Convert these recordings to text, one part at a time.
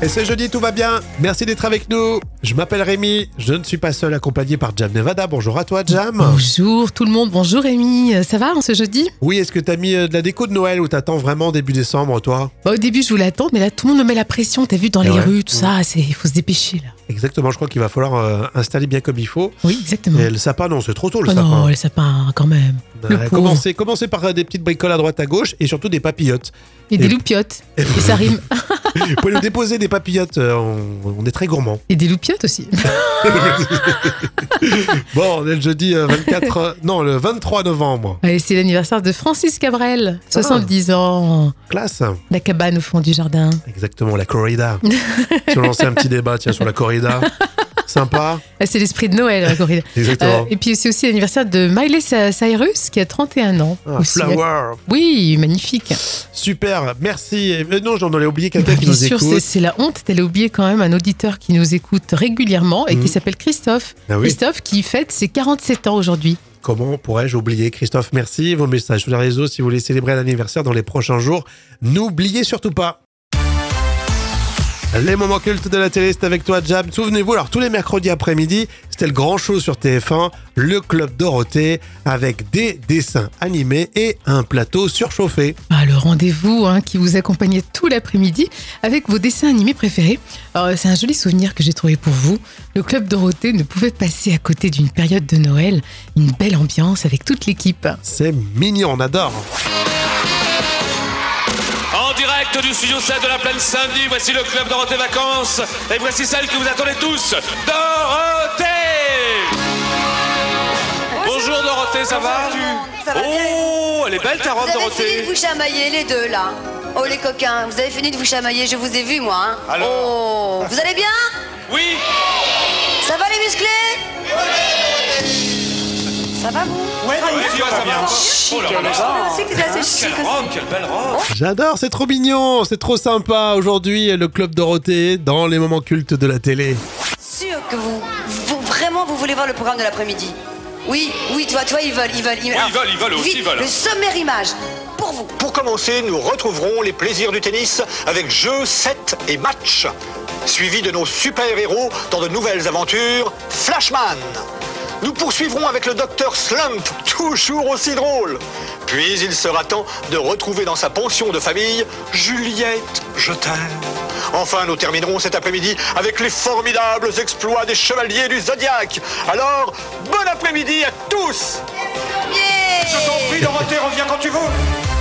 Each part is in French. Et ce jeudi, tout va bien. Merci d'être avec nous. Je m'appelle Rémi. Je ne suis pas seul, accompagné par Jam Nevada. Bonjour à toi, Jam. Bonjour tout le monde, bonjour Rémi, Euh, ça va en ce jeudi Oui, est-ce que t'as mis euh, de la déco de Noël ou t'attends vraiment début décembre, toi bah, Au début je voulais attendre, mais là tout le monde me met la pression, t'as vu dans Et les Eh ouais. rues, tout ça, c'est il faut se dépêcher là. Exactement, je crois qu'il va falloir euh, installer bien comme il faut. Oui, exactement. Et le sapin, non, c'est trop tôt le oh non, sapin. le sapin quand même. le Ouais, pauvre. commencez, commencez par euh, des petites bricoles à droite à gauche et surtout des papillotes. Et, Et- des loupiottes, Et et ça rime. vous pouvez nous déposer des papillotes, euh, on, on est très gourmands. Et des loupiottes aussi. Bon, on est le jeudi euh, 24, euh, non, le 23 novembre. Allez, c'est l'anniversaire de Francis Cabrel, Ah. 70 ans, Classe. la cabane au fond du jardin. Exactement, la corrida. si on lançait un petit débat, tiens, sur la corrida. Sympa. Ah, C'est l'esprit de Noël, la corrida. Exactement. Euh, et puis c'est aussi l'anniversaire de Miley Cyrus qui a 31 ans. Ah, aussi. flower. Oui, magnifique. Super, merci. Euh, non, j'en aurais oublié quelqu'un Bah, qui bien nous sûr, c'est- écoute. c'est la honte d'aller oublier quand même un auditeur qui nous écoute régulièrement et Mhm. qui s'appelle Christophe. Ah oui, Christophe qui fête ses 47 ans aujourd'hui. comment pourrais-je oublier Christophe, merci. Vos messages sur les réseaux si vous voulez célébrer l'anniversaire dans les prochains jours. N'oubliez surtout pas. Les moments cultes de la télé, c'est avec toi, Jam. Souvenez-vous, alors tous les mercredis après-midi, c'était le grand show sur TF1, le Club Dorothée, avec des dessins animés et un plateau surchauffé. Ah, le rendez-vous hein, qui vous accompagnait tout l'après-midi avec vos dessins animés préférés. Alors, C'est un joli souvenir que j'ai trouvé pour vous. Le Club Dorothée ne pouvait passer à côté d'une période de Noël. Une belle ambiance avec toute l'équipe. C'est mignon, on adore. En direct du studio 7 de la plaine Saint-Denis, voici le club Dorothée Vacances. Et voici celle que vous attendez tous, Dorothée Bonjour Dorothée, ça va Ça va bien. Oh, elle est belle ta robe Vous avez fini de Dorothée vous chamailler les deux là. Oh les coquins, vous avez fini de vous chamailler, je vous ai vu moi. hein. Alors Oh, vous allez bien Oui Ça va les musclés Ça va vous Ouais, oui, ça va bien. Oh là là. aussi hein. que c'est assez chic Quelle aussi. robe, quelle belle robe J'adore, c'est trop mignon, c'est trop sympa. Aujourd'hui, le Club Dorothée dans les moments cultes de la télé. sûr que vous, vous- vraiment vous voulez voir le programme de l'après-midi. Oui, oui, toi, toi, ils veulent, ils veulent, Oui, ils veulent, ils veulent aussi, Vite, ils veulent. Le sommaire image pour vous. Pour commencer, nous retrouverons les plaisirs du tennis avec jeux, sets et matchs, suivis de nos super-héros dans de nouvelles aventures Flashman. Nous poursuivrons avec le docteur Slump, toujours aussi drôle. Puis il sera temps de retrouver dans sa pension de famille Juliette, je t'aime. Enfin, nous terminerons cet après-midi avec les formidables exploits des chevaliers du Zodiaque. Alors, bon après-midi à tous Je t'en prie, Dorothée, reviens quand tu veux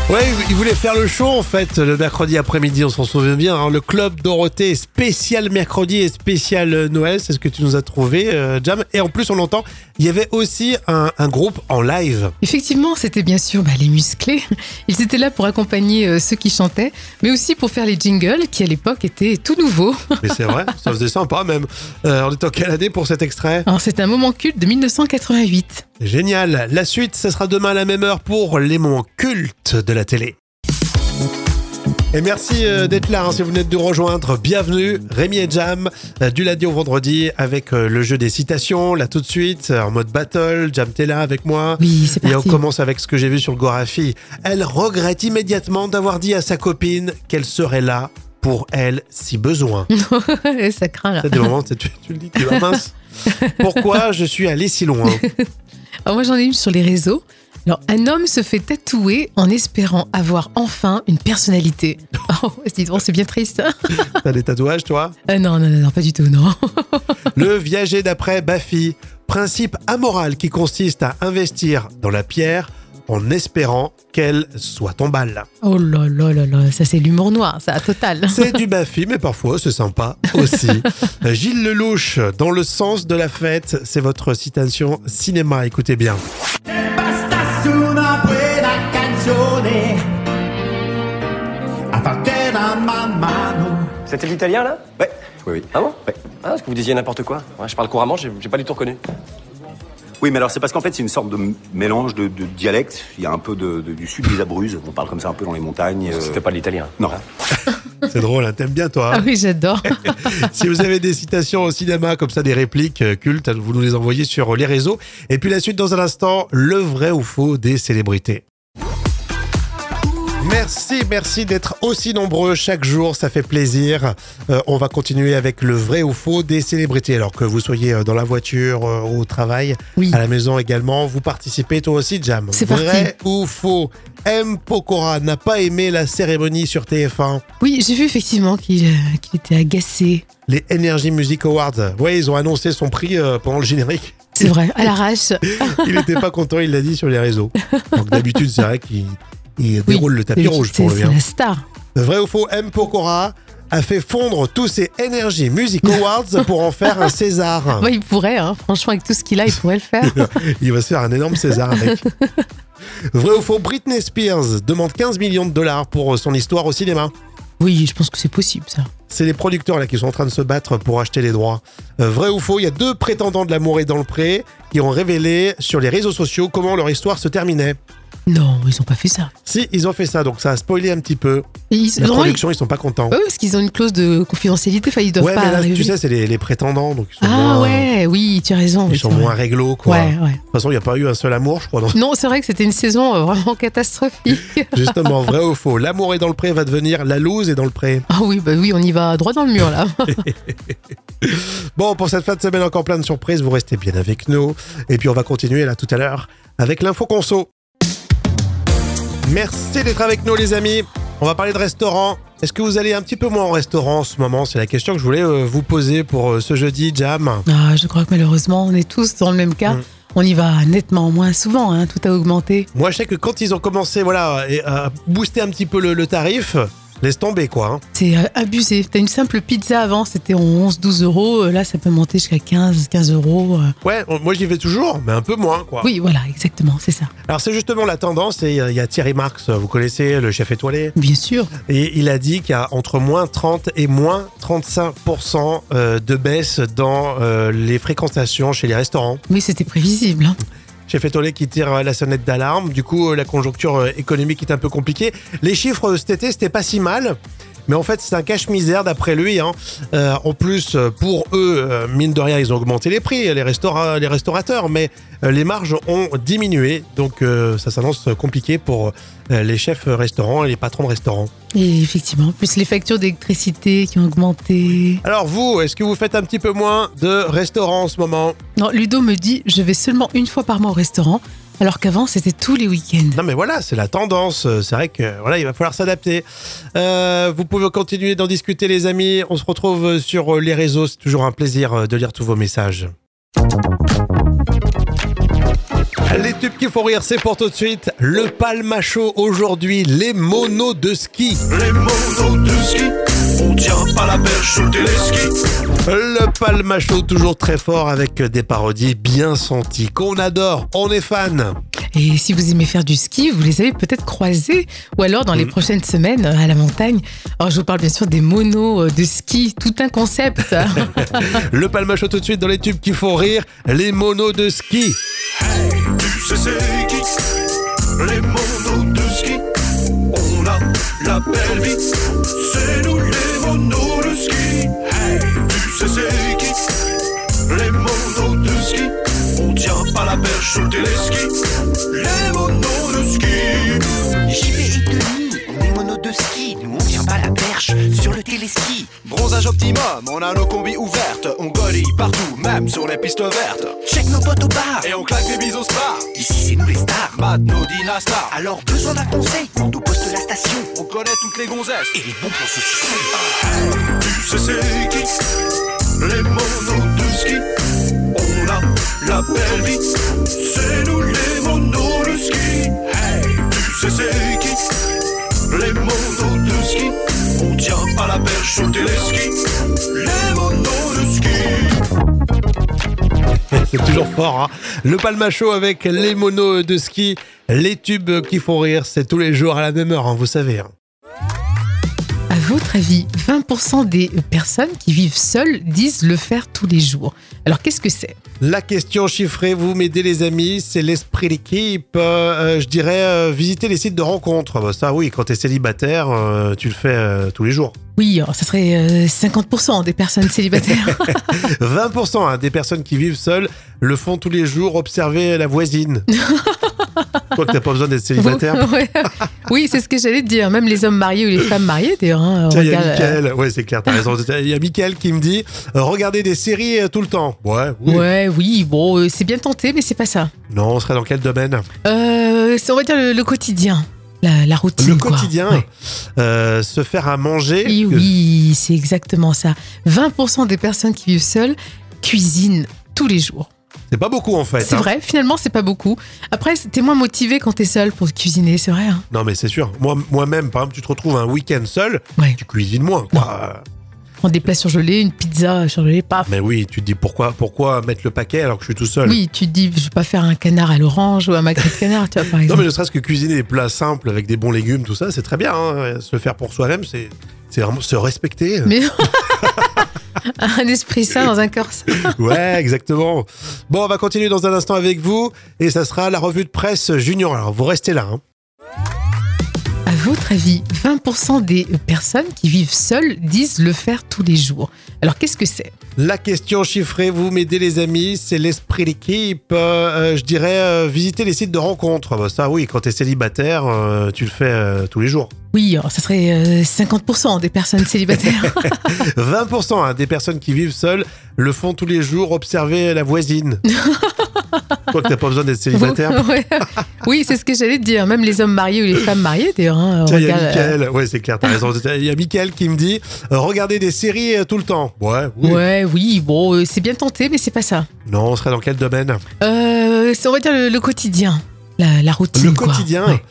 Ouais, ils voulaient faire le show en fait le mercredi après-midi, on s'en souvient bien. hein. Le Club Dorothée spécial mercredi et spécial euh, Noël, c'est ce que tu nous as trouvé, euh, Jam. Et en plus, on l'entend, il y avait aussi un, un groupe en live. Effectivement, c'était bien sûr bah, les musclés. Ils étaient là pour accompagner euh, ceux qui chantaient, mais aussi pour faire les jingles qui à l'époque étaient tout nouveaux. Mais c'est vrai, ça faisait sympa même. Euh, on est en quelle année pour cet extrait Alors c'est un moment culte de 1988. Génial. La suite, ce sera demain à la même heure pour les moments cultes de la télé. Et merci euh, d'être là hein, si vous venez de nous rejoindre. Bienvenue, Rémi et Jam, euh, du lundi au vendredi avec euh, le jeu des citations. Là tout de suite, euh, en mode battle, Jam t'es là avec moi. Oui, c'est Et on parti. commence avec ce que j'ai vu sur le Gorafi. Elle regrette immédiatement d'avoir dit à sa copine qu'elle serait là pour elle si besoin. ça craint là. T'as des moments, tu, tu le dis, tu vas mince. Pourquoi je suis allé si loin Alors moi j'en ai une sur les réseaux. Alors un homme se fait tatouer en espérant avoir enfin une personnalité. Oh, dis donc, c'est bien triste. hein. T'as des tatouages, toi Euh, non, non, non, non, pas du tout, non. Le viager d'après Baffy, principe amoral qui consiste à investir dans la pierre en espérant qu'elle soit tombale. Oh là là là là, ça c'est l'humour noir, ça, total. C'est du Baffy, mais parfois c'est sympa aussi. Gilles Lelouch, dans le sens de la fête, c'est votre citation cinéma, écoutez bien. Basta una buona canzone a partire man mano. C'était l'italien là Ouais, oui, oui. Ah bon Ouais. Ah, parce que vous disiez n'importe quoi. Ouais, je parle couramment, j'ai j'ai pas du tout reconnu. Oui, mais alors c'est parce qu'en fait, c'est une sorte de m- mélange de, de dialectes. Il y a un peu de, de- du sud des Abruzzes. On parle comme ça un peu dans les montagnes. euh. C'était pas de l'italien. Non. C'est drôle, hein, t'aimes bien toi. hein Ah oui, j'adore. si vous avez des citations au cinéma, comme ça, des répliques euh, cultes, vous nous les envoyez sur euh, les réseaux. Et puis la suite dans un instant, le vrai ou faux des célébrités. Merci, merci d'être aussi nombreux chaque jour, ça fait plaisir. Euh, on va continuer avec le vrai ou faux des célébrités. Alors que vous soyez euh, dans la voiture, euh, au travail, Oui. à la maison également, vous participez toi aussi, Jam. C'est parti. vrai ou faux M. Pokora n'a pas aimé la cérémonie sur TF1. Oui, j'ai vu effectivement qu'il euh, qu'il était agacé. Les Energy Music Awards, ouais, ils ont annoncé son prix euh, pendant le générique. C'est vrai, à l'arrache. Il n'était pas content, il l'a dit sur les réseaux. Donc d'habitude, c'est vrai qu'il il Oui, déroule le tapis c'est- rouge c'est- pour lui. C'est hein. la star. Vrai ou faux, M. Pokora a fait fondre tous ses Energy Music Awards pour en faire un César. Ouais, il pourrait, hein. franchement, avec tout ce qu'il a, il pourrait le faire. Il va se faire un énorme César avec. Vrai ou faux, Britney Spears demande 15 millions de dollars pour euh, son histoire au cinéma. Oui, je pense que c'est possible, ça. C'est les producteurs là qui sont en train de se battre pour acheter les droits. Euh, vrai ou faux, il y a deux prétendants de l'amour et dans le pré qui ont révélé sur les réseaux sociaux comment leur histoire se terminait. Non, ils n'ont pas fait ça. Si, ils ont fait ça, donc ça a spoilé un petit peu. Et ils, La normalement, ils- production, ils sont pas contents. Ouais, ouais, parce qu'ils ont une clause de confidentialité, enfin, ils doivent Ouais, pas. mais là, tu révéler. sais, c'est les, les prétendants, donc ils sont ah moins- ouais, oui, tu as raison. Ils oui, sont c'est vrai. moins réglo, quoi. Ouais, ouais. De toute façon, il n'y a pas eu un seul amour, je crois. donc. Non, c'est vrai que c'était une saison euh, vraiment catastrophique. Justement, vrai ou faux L'amour est dans le pré va devenir la loose est dans le pré. Ah oui, bah oui, on y va droit dans le mur là. Bon, pour cette fin de semaine, encore plein de surprises. Vous restez bien avec nous. Et puis, on va continuer là tout à l'heure avec l'info conso. Merci d'être avec nous, les amis. On va parler de restaurant. Est-ce que vous allez un petit peu moins en restaurant en ce moment C'est la question que je voulais euh, vous poser pour euh, ce jeudi, Jam. Ah, je crois que malheureusement, on est tous dans le même cas. Mm. On y va nettement moins souvent, hein, tout a augmenté. Moi, je sais que quand ils ont commencé voilà, et euh, à booster un petit peu le, le tarif, laisse tomber, quoi. hein. C'est euh, abusé. T'as une simple pizza avant, c'était en 11-12 euros. Euh, Là, ça peut monter jusqu'à 15-15 euros. Euh, Ouais, on- moi, j'y vais toujours, mais un peu moins, quoi. Oui, voilà, exactement, c'est ça. Alors c'est justement la tendance, et euh, il y a Thierry Marx, vous connaissez, le chef étoilé, Bien sûr. et il a dit qu'il y a entre moins 30 et moins 35% euh, de baisse dans euh, les fréquentations chez les restaurants. Mais c'était prévisible. hein. Chef étoilé qui tire euh, la sonnette d'alarme, du coup euh, la conjoncture euh, économique est un peu compliquée. Les chiffres euh, cet été, c'était pas si mal. Mais en fait, c'est un cache-misère d'après lui. hein. Euh, en plus, euh, pour eux, euh, mine de rien, ils ont augmenté les prix, les, restaura- les restaurateurs, mais euh, les marges ont diminué. Donc, euh, ça s'annonce compliqué pour euh, les chefs restaurants et les patrons de restaurants. Et effectivement, plus les factures d'électricité qui ont augmenté. Alors, vous, est-ce que vous faites un petit peu moins de restaurants en ce moment Non, Ludo me dit, je vais seulement une fois par mois au restaurant, alors qu'avant, c'était tous les week-ends. Non mais voilà, c'est la tendance. Euh, C'est vrai que voilà, il va falloir s'adapter. Euh, vous pouvez continuer d'en discuter, les amis. On se retrouve euh, sur euh, les réseaux. C'est toujours un plaisir euh, de lire tous vos messages. Les tubes qui font rire, c'est pour tout de suite. Le palmacho aujourd'hui, les monos de ski. Les monos de ski, on tient pas la perche sur le téléski. Le palmacho toujours très fort avec euh, des parodies bien senties qu'on adore. On est fan. Et si vous aimez faire du ski, vous les avez peut-être croisés, ou alors dans les prochaines semaines euh, à la montagne. Alors, je vous parle bien sûr des monos euh, de ski, tout un concept. Le palmacho tout de suite dans les tubes qui font rire, les monos de ski. Tu sais c'est qui Les monos de ski, on a la belle vie. C'est nous les monos de ski. Hey, tu sais c'est qui Les monos de ski, on tient pas la perche sur le téléski. Les monos de ski. JPI Denis, on est mono de ski, nous on tient pas la perche sur le téléski. Bronzage optimum, on a nos combis ouvertes. On gorille partout, même sur les pistes vertes. Check nos potes au bar, Et on claque des bises au spa. ici c'est nous les stars. Mad nos dynastas. Alors besoin d'un conseil, demande au poste la station. On connaît toutes les gonzesses. Et les bons plans saucissons. Tu sais c'est qui Les monos de ski. On a la belle vie. C'est nous les monos de ski. Hey, tu sais c'est qui Les monos de ski. On tient pas la perche sur le téléski. Les monos de ski. C'est toujours fort. Hein. Le palmacho avec les monos de ski, les tubes qui font rire, c'est tous les jours à la même heure, hein, vous savez. hein. À votre avis, 20% des personnes qui vivent seules disent le faire tous les jours. Alors, qu'est-ce que c'est La question chiffrée, vous m'aidez les amis, c'est l'esprit d'équipe. Euh, euh, je dirais euh, visiter les sites de rencontres. Bah, ça oui, quand t'es célibataire, euh, tu le fais euh, tous les jours. Oui, alors, ça serait euh, 50% des personnes célibataires. 20% hein, des personnes qui vivent seules le font tous les jours, observer la voisine. Toi que t'as pas besoin d'être célibataire. Vous- ouais. oui, c'est ce que j'allais te dire. Même les hommes mariés ou les femmes mariées, d'ailleurs. hein, Tiens, il y a regarde, Mickaël. Ouais, c'est clair, t'as raison. euh, Il y a Mickaël qui me dit euh, regardez des séries euh, tout le temps. Ouais, euh, oui. Ouais, oui, bon, euh, c'est bien tenté, mais c'est pas ça. Non, on serait dans quel domaine Euh, c'est- on va dire le, le quotidien, la, la routine. Le quoi. quotidien. Ouais. euh, se faire à manger. Et oui, c'est exactement ça. 20% des personnes qui vivent seules cuisinent tous les jours. C'est pas beaucoup en fait. C'est hein. vrai, finalement, c'est pas beaucoup. Après, c'est- t'es moins motivé quand t'es seul pour cuisiner, c'est vrai. hein. Non, mais c'est sûr. Moi- Moi-même, par exemple, tu te retrouves un week-end seul, Ouais. tu cuisines moins. Quoi. Prendre des plats surgelés, une pizza surgelée, paf. Mais oui, tu te dis pourquoi, pourquoi mettre le paquet alors que je suis tout seul Oui, tu te dis, je vais pas faire un canard à l'orange ou un maquis de canard, tu vois, par Non, exemple. mais ne serait-ce que cuisiner des plats simples avec des bons légumes, tout ça, c'est très bien. hein. Se faire pour soi-même, c'est c'est vraiment se respecter. euh, Mais un esprit sain dans un corps sain. Ouais, exactement. Bon, on va continuer dans un instant avec vous et ça sera la revue de presse junior. Alors, vous restez là. hein. À votre avis, 20% des personnes qui vivent seules disent le faire tous les jours. Alors qu'est-ce que c'est La question chiffrée, vous m'aidez les amis, c'est l'esprit d'équipe. Euh, euh, je dirais euh, visiter les sites de rencontres. Bah, ça, oui, quand t'es célibataire, euh, tu le fais euh, tous les jours. Oui, alors, ça serait euh, 50% des personnes célibataires. 20% hein, des personnes qui vivent seules le font tous les jours, observer la voisine. Toi que t'as pas besoin d'être Vous- célibataire. ouais. Oui, c'est ce que j'allais te dire. Même les hommes mariés ou les femmes mariées, d'ailleurs. hein, Tiens, il y a regarde, euh, Mickaël, ouais, c'est clair, t'as raison. Il y a Mickaël qui me dit euh, regardez des séries euh, tout le temps. Ouais, oui. Ouais, oui, bon, euh, c'est bien tenté, mais c'est pas ça. Non, on serait dans quel domaine Euh, c'est- on va dire le, le quotidien, la, la routine. Le quoi. quotidien, Ouais.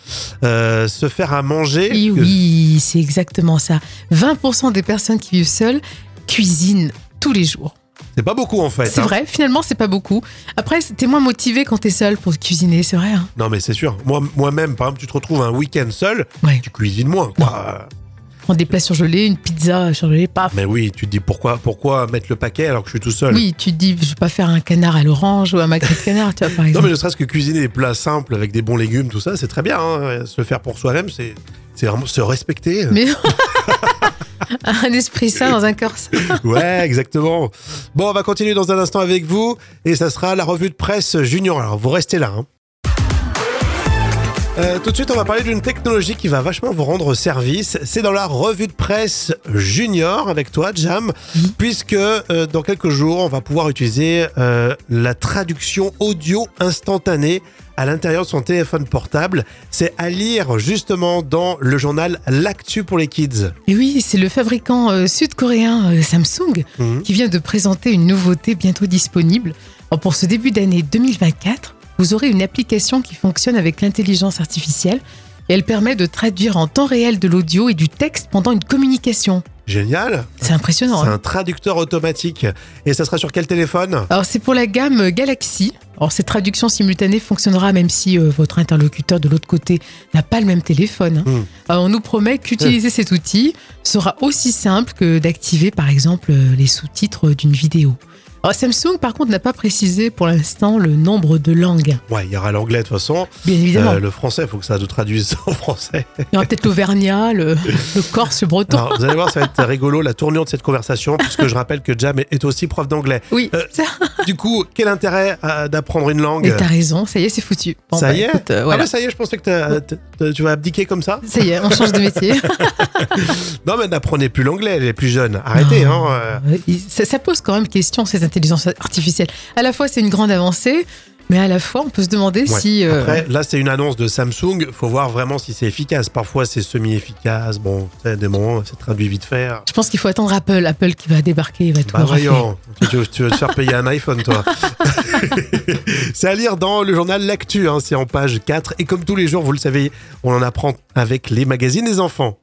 euh, se faire à manger. Et Eh oui, c'est exactement ça. 20% des personnes qui vivent seules cuisinent tous les jours. C'est pas beaucoup en fait. C'est hein. vrai, finalement, c'est pas beaucoup. Après, c'est- t'es moins motivé quand t'es seul pour cuisiner, c'est vrai. hein. Non, mais c'est sûr. Moi- Moi-même, par exemple, tu te retrouves un week-end seul, Ouais. tu cuisines moins. quoi. Prendre des plats surgelés, une pizza surgelée, paf. Mais oui, tu te dis pourquoi, pourquoi mettre le paquet alors que je suis tout seul Oui, tu te dis, je vais pas faire un canard à l'orange ou un maquis de canard, tu vois, par Non, exemple. mais ne serait-ce que cuisiner des plats simples avec des bons légumes, tout ça, c'est très bien. hein. Se faire pour soi-même, c'est c'est vraiment se respecter. Mais... un esprit sain dans un corps sain. Ouais, exactement. Bon, on va continuer dans un instant avec vous et ça sera la revue de presse junior. Alors, vous restez là. hein. Euh, tout de suite, on va parler d'une technologie qui va vachement vous rendre service. C'est dans la revue de presse junior avec toi, Jam, puisque euh, dans quelques jours, on va pouvoir utiliser euh, la traduction audio instantanée à l'intérieur de son téléphone portable. C'est à lire justement dans le journal L'actu pour les kids. Et oui, c'est le fabricant euh, sud-coréen euh, Samsung Mhm. qui vient de présenter une nouveauté bientôt disponible. Alors, pour ce début d'année 2024, vous aurez une application qui fonctionne avec l'intelligence artificielle et elle permet de traduire en temps réel de l'audio et du texte pendant une communication. Génial C'est impressionnant. C'est hein. un traducteur automatique. Et ça sera sur quel téléphone Alors c'est pour la gamme Galaxy. Alors cette traduction simultanée fonctionnera même si euh, votre interlocuteur de l'autre côté n'a pas le même téléphone. hein. Hmm. Alors, on nous promet qu'utiliser cet outil sera aussi simple que d'activer par exemple euh, les sous-titres d'une vidéo. Alors, Samsung par contre n'a pas précisé pour l'instant le nombre de langues. Ouais, il y aura l'anglais de toute façon. Bien évidemment, Euh, le français, il faut que ça se traduise en français. il y aura peut-être l'auvergnat, le, le corse, le breton. Alors, vous allez voir, ça va être rigolo la tournure de cette conversation, puisque je rappelle que Jam est aussi prof d'anglais. Oui, Euh, ça, Du coup, quel intérêt euh, d'apprendre une langue mais t'as raison, ça y est, c'est foutu. Bon, Ça bah, y est écoute, euh, Ah voilà. bah, ça y est, je pensais que t'as- t- t- tu vas abdiquer comme ça. Ça y est, on change de métier. Non, mais n'apprenez plus l'anglais, les plus jeunes. Arrêtez, Non. hein. euh. Euh, il- Ça, ça pose quand même question, cette intelligence artificielle. À la fois, c'est une grande avancée, mais à la fois, on peut se demander Ouais. si. euh, Après, là, c'est une annonce de Samsung. Faut voir vraiment si c'est efficace. Parfois, c'est semi-efficace. Bon, tu sais, des moments, c'est traduit vite fait. je pense qu'il faut attendre Apple, Apple qui va débarquer, il va tout Bah rafler. voyons, tu, tu veux- tu veux te faire payer un iPhone, toi. c'est à lire dans le journal L'Actu, hein, c'est en page 4. Et comme tous les jours, vous le savez, on en apprend avec les magazines des enfants.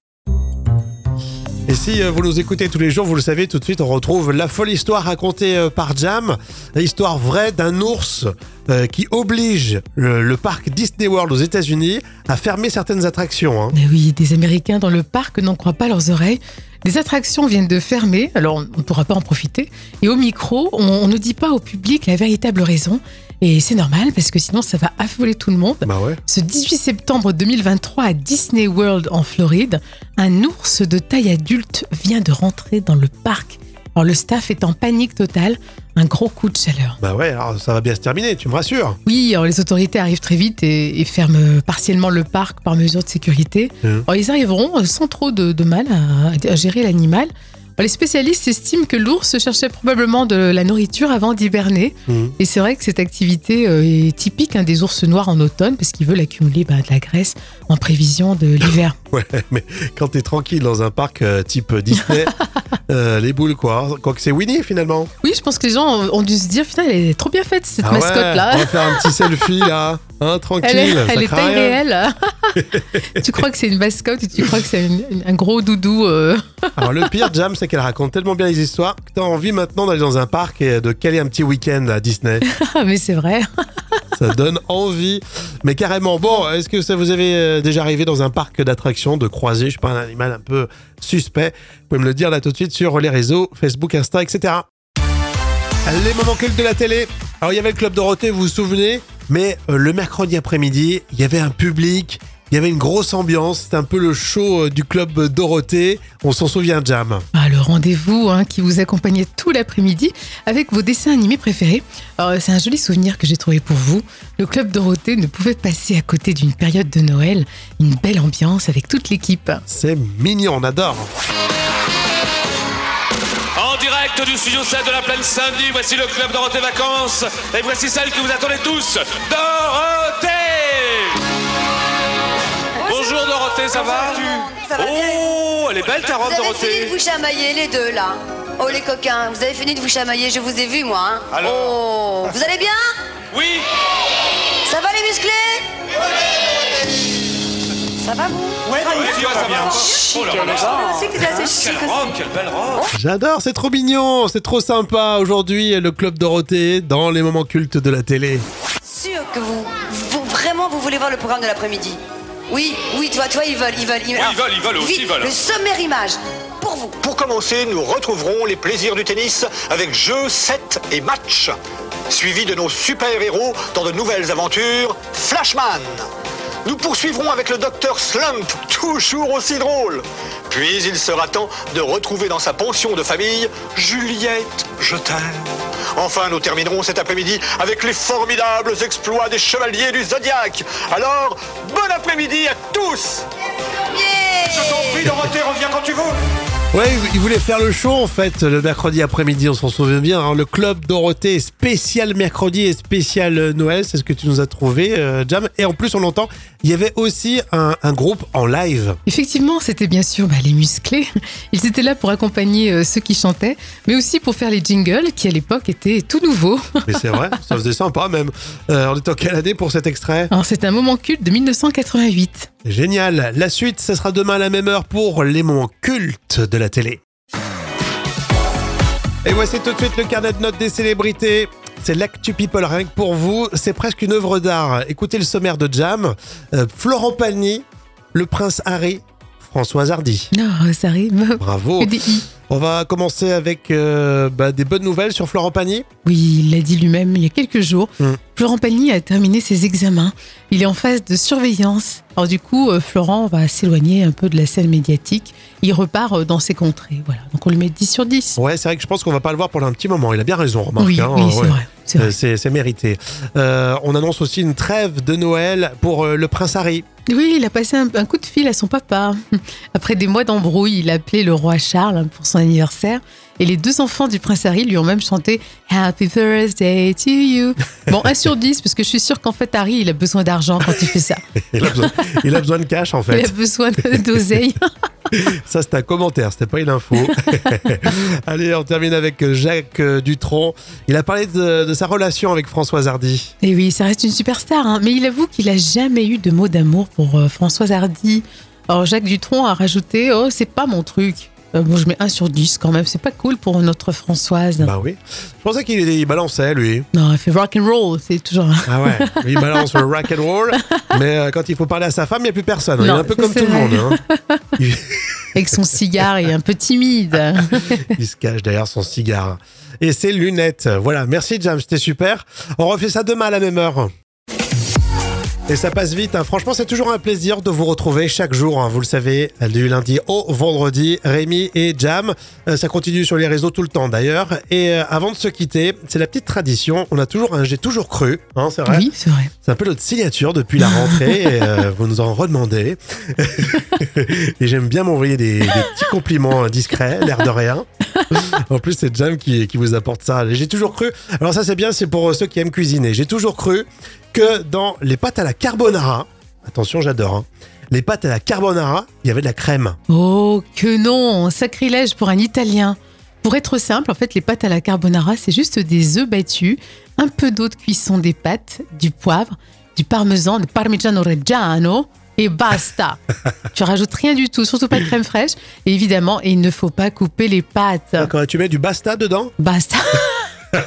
Et si euh, vous nous écoutez tous les jours, vous le savez, tout de suite, on retrouve la folle histoire racontée euh, par Jam, l'histoire vraie d'un ours euh, qui oblige le, le parc Disney World aux États-Unis à fermer certaines attractions. hein. Mais oui, des Américains dans le parc n'en croient pas leurs oreilles. Les attractions viennent de fermer, alors on ne pourra pas en profiter. Et au micro, on, on ne dit pas au public la véritable raison. Et c'est normal, parce que sinon, ça va affoler tout le monde. Bah ouais. Ce 18 septembre 2023 à Disney World en Floride, un ours de taille adulte vient de rentrer dans le parc. Alors le staff est en panique totale. un gros coup de chaleur. Bah ouais, alors ça va bien se terminer, tu me rassures. Oui, alors les autorités arrivent très vite et, et ferment euh, partiellement le parc par mesure de sécurité. Mhm. Alors, ils arriveront euh, sans trop de, de mal à, à gérer l'animal. Alors, Les spécialistes estiment que l'ours cherchait probablement de la nourriture avant d'hiberner. Mhm. Et c'est vrai que cette activité euh, est typique hein, des ours noirs en automne parce qu'ils veulent accumuler bah, de la graisse en prévision de l'hiver. Ouais, mais quand t'es tranquille dans un parc euh, type Disney, euh, les boules quoi. Quoique c'est Winnie finalement. Oui, je pense que les gens ont- ont dû se dire, putain, elle est trop bien faite cette Ah ouais, mascotte-là. On va faire un petit selfie là. Hein, tranquille. Elle est, ça elle est craint hein. taille rien. réelle. tu crois que c'est une mascotte et tu crois que c'est une- une- un gros doudou. euh. Alors le pire, Jam, c'est qu'elle raconte tellement bien les histoires que t'as envie maintenant d'aller dans un parc et de caler un petit week-end à Disney. Ah, mais c'est vrai. Ça donne envie. Mais carrément, bon, est-ce que ça vous avez euh, déjà arrivé dans un parc d'attractions de croiser, je sais pas, un animal un peu suspect Vous pouvez me le dire là tout de suite sur les réseaux, Facebook, Insta, etc. Les moments cultes de la télé. Alors il y avait le Club Dorothée, vous vous souvenez Mais euh, le mercredi après-midi, il y avait un public, il y avait une grosse ambiance, c'était un peu le show euh, du Club Dorothée. On s'en souvient, Jam. Ah, le rendez-vous hein, qui vous accompagnait tout l'après-midi avec vos dessins animés préférés. Alors, c'est un joli souvenir que j'ai trouvé pour vous. Le Club Dorothée ne pouvait passer à côté d'une période de Noël. Une belle ambiance avec toute l'équipe. C'est mignon, on adore. En direct du studio 7 de la plaine samedi, voici le club Dorothée Vacances. Et voici celle que vous attendez tous, Dorothée Bonjour Dorothée, ça va Ça va bien Oh, elle est belle ta robe Vous avez fini de Dorothée vous chamailler les deux là. Oh les coquins, vous avez fini de vous chamailler, je vous ai vu moi. hein. Alors Oh, vous allez bien Oui Ça va les musclés Ça va vous Ouais, tu vois, ça va. Chic, hein. Oh là là. je trouvais aussi que c'est assez Quelle chic aussi. robe, quelle belle robe J'adore, c'est trop mignon, c'est trop sympa. Aujourd'hui, le Club Dorothée dans les moments cultes de la télé. sûr que vous, vous- vraiment vous voulez voir le programme de l'après-midi. Oui, oui, toi, toi, ils veulent, ils veulent, ils Oui, ils veulent, ils veulent aussi, Vite, ils veulent. Le sommaire image pour vous. Pour commencer, nous retrouverons les plaisirs du tennis avec jeux, sets et matchs, suivis de nos super-héros dans de nouvelles aventures Flashman. Nous poursuivrons avec le docteur Slump, toujours aussi drôle. Puis il sera temps de retrouver dans sa pension de famille Juliette, je t'aime. Enfin, nous terminerons cet après-midi avec les formidables exploits des chevaliers du Zodiaque. Alors, bon après-midi à tous Je t'en prie, Dorothée, reviens quand tu veux Ouais, ils voulaient faire le show en fait le mercredi après-midi, on s'en souvient bien. hein. le Club Dorothée spécial mercredi et spécial euh, Noël, c'est ce que tu nous as trouvé, euh, Jam. Et en plus, on l'entend, il y avait aussi un, un groupe en live. Effectivement, c'était bien sûr bah, les musclés. Ils étaient là pour accompagner euh, ceux qui chantaient, mais aussi pour faire les jingles qui à l'époque étaient tout nouveaux. Mais c'est vrai, ça faisait sympa même. Euh, on est en quelle année pour cet extrait Alors c'est un moment culte de 1988. Génial. La suite, ce sera demain à la même heure pour les moments cultes de la télé. Et voici tout de suite le carnet de notes des célébrités. C'est l'actu People rien que pour vous. C'est presque une œuvre d'art. Écoutez le sommaire de Jam. Euh, Florent Pagny, le prince Harry, Françoise Hardy. Non, ça arrive. Bravo. Que des i. On va commencer avec euh, bah, des bonnes nouvelles sur Florent Pagny. Oui, il l'a dit lui-même il y a quelques jours. Mm. Florent Pagny a terminé ses examens. Il est en phase de surveillance. Alors du coup, euh, Florent va s'éloigner un peu de la scène médiatique. Il repart euh, dans ses contrées. Voilà. Donc on lui met 10 sur 10. Ouais, c'est vrai que je pense qu'on va pas le voir pendant un petit moment. Il a bien raison, remarque. oui, hein. oui, c'est Ouais. vrai. c'est vrai. Euh, C'est c'est mérité. Euh, on annonce aussi une trêve de Noël pour euh, le prince Harry. Oui, il a passé un, un coup de fil à son papa. Après des mois d'embrouille, il a appelé le roi Charles hein, pour son anniversaire. Et les deux enfants du prince Harry lui ont même chanté Happy Thursday to you. Bon, 1 sur 10, parce que je suis sûre qu'en fait, Harry, il a besoin d'argent quand il fait ça. Il a besoin, il a besoin de cash en Il a fait. besoin de- d'oseille. Ça c'est un commentaire, c'était pas une info. Allez, on termine avec Jacques euh, Dutronc. Il a parlé de, de sa relation avec Françoise Hardy. Et oui, ça reste une superstar, hein. mais il avoue qu'il a jamais eu de mots d'amour pour euh, Françoise Hardy. Alors Jacques Dutronc a rajouté Oh, c'est pas mon truc. Euh, bon, je mets 1 sur 10 quand même, c'est pas cool pour notre Françoise. Bah oui. Je pensais qu'il il balançait lui. Non, elle fait rock and roll, c'est toujours. hein, Ah ouais. Il balance le rock and roll, mais euh, quand il faut parler à sa femme, il n'y a plus personne. il est Non, un peu comme c'est tout le vrai. monde. hein. Il, Avec son cigare, il est un peu timide. il se cache derrière son cigare et ses lunettes. Voilà. Merci James, c'était super. On refait ça demain à la même heure. Et ça passe vite, hein. franchement c'est toujours un plaisir de vous retrouver chaque jour, hein. vous le savez, du lundi au vendredi, Rémi et Jam, Euh, ça continue sur les réseaux tout le temps d'ailleurs. Et euh, avant de se quitter, c'est la petite tradition, on a toujours un j'ai toujours cru, hein, c'est vrai, Oui, c'est vrai. c'est un peu notre signature depuis la rentrée, et, euh, vous nous en redemandez. et j'aime bien m'envoyer des, des petits compliments euh, discrets, l'air de rien. En plus, c'est Jam qui, qui vous apporte ça. Et J'ai toujours cru, alors ça c'est bien, c'est pour euh, ceux qui aiment cuisiner, j'ai toujours cru que dans les pâtes à la carbonara, attention j'adore, hein, les pâtes à la carbonara, il y avait de la crème. Oh, que non Sacrilège pour un Italien. Pour être simple, en fait, les pâtes à la carbonara, c'est juste des œufs battus, un peu d'eau de cuisson des pâtes, du poivre, du parmesan, du parmigiano reggiano, et basta Tu rajoutes rien du tout, surtout pas de crème fraîche, et évidemment, il ne faut pas couper les pâtes. D'accord, et tu mets du basta dedans Basta Ah.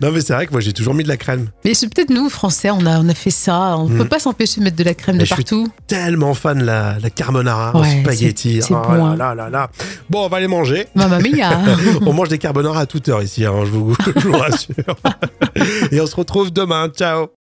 Non mais c'est vrai que moi j'ai toujours mis de la crème. Mais c'est peut-être nous, Français, on a, on a fait ça, on ne Mhm. peut pas s'empêcher de mettre de la crème Mais de je suis partout. Tellement fan de la, la carbonara, Ouais, au spaghetti. c'est- c'est Oh bon, là hein. là là là. Bon, on va les manger. Mamma mia on mange des carbonara à toute heure ici, hein, je, vous, je vous rassure. Et on se retrouve demain. Ciao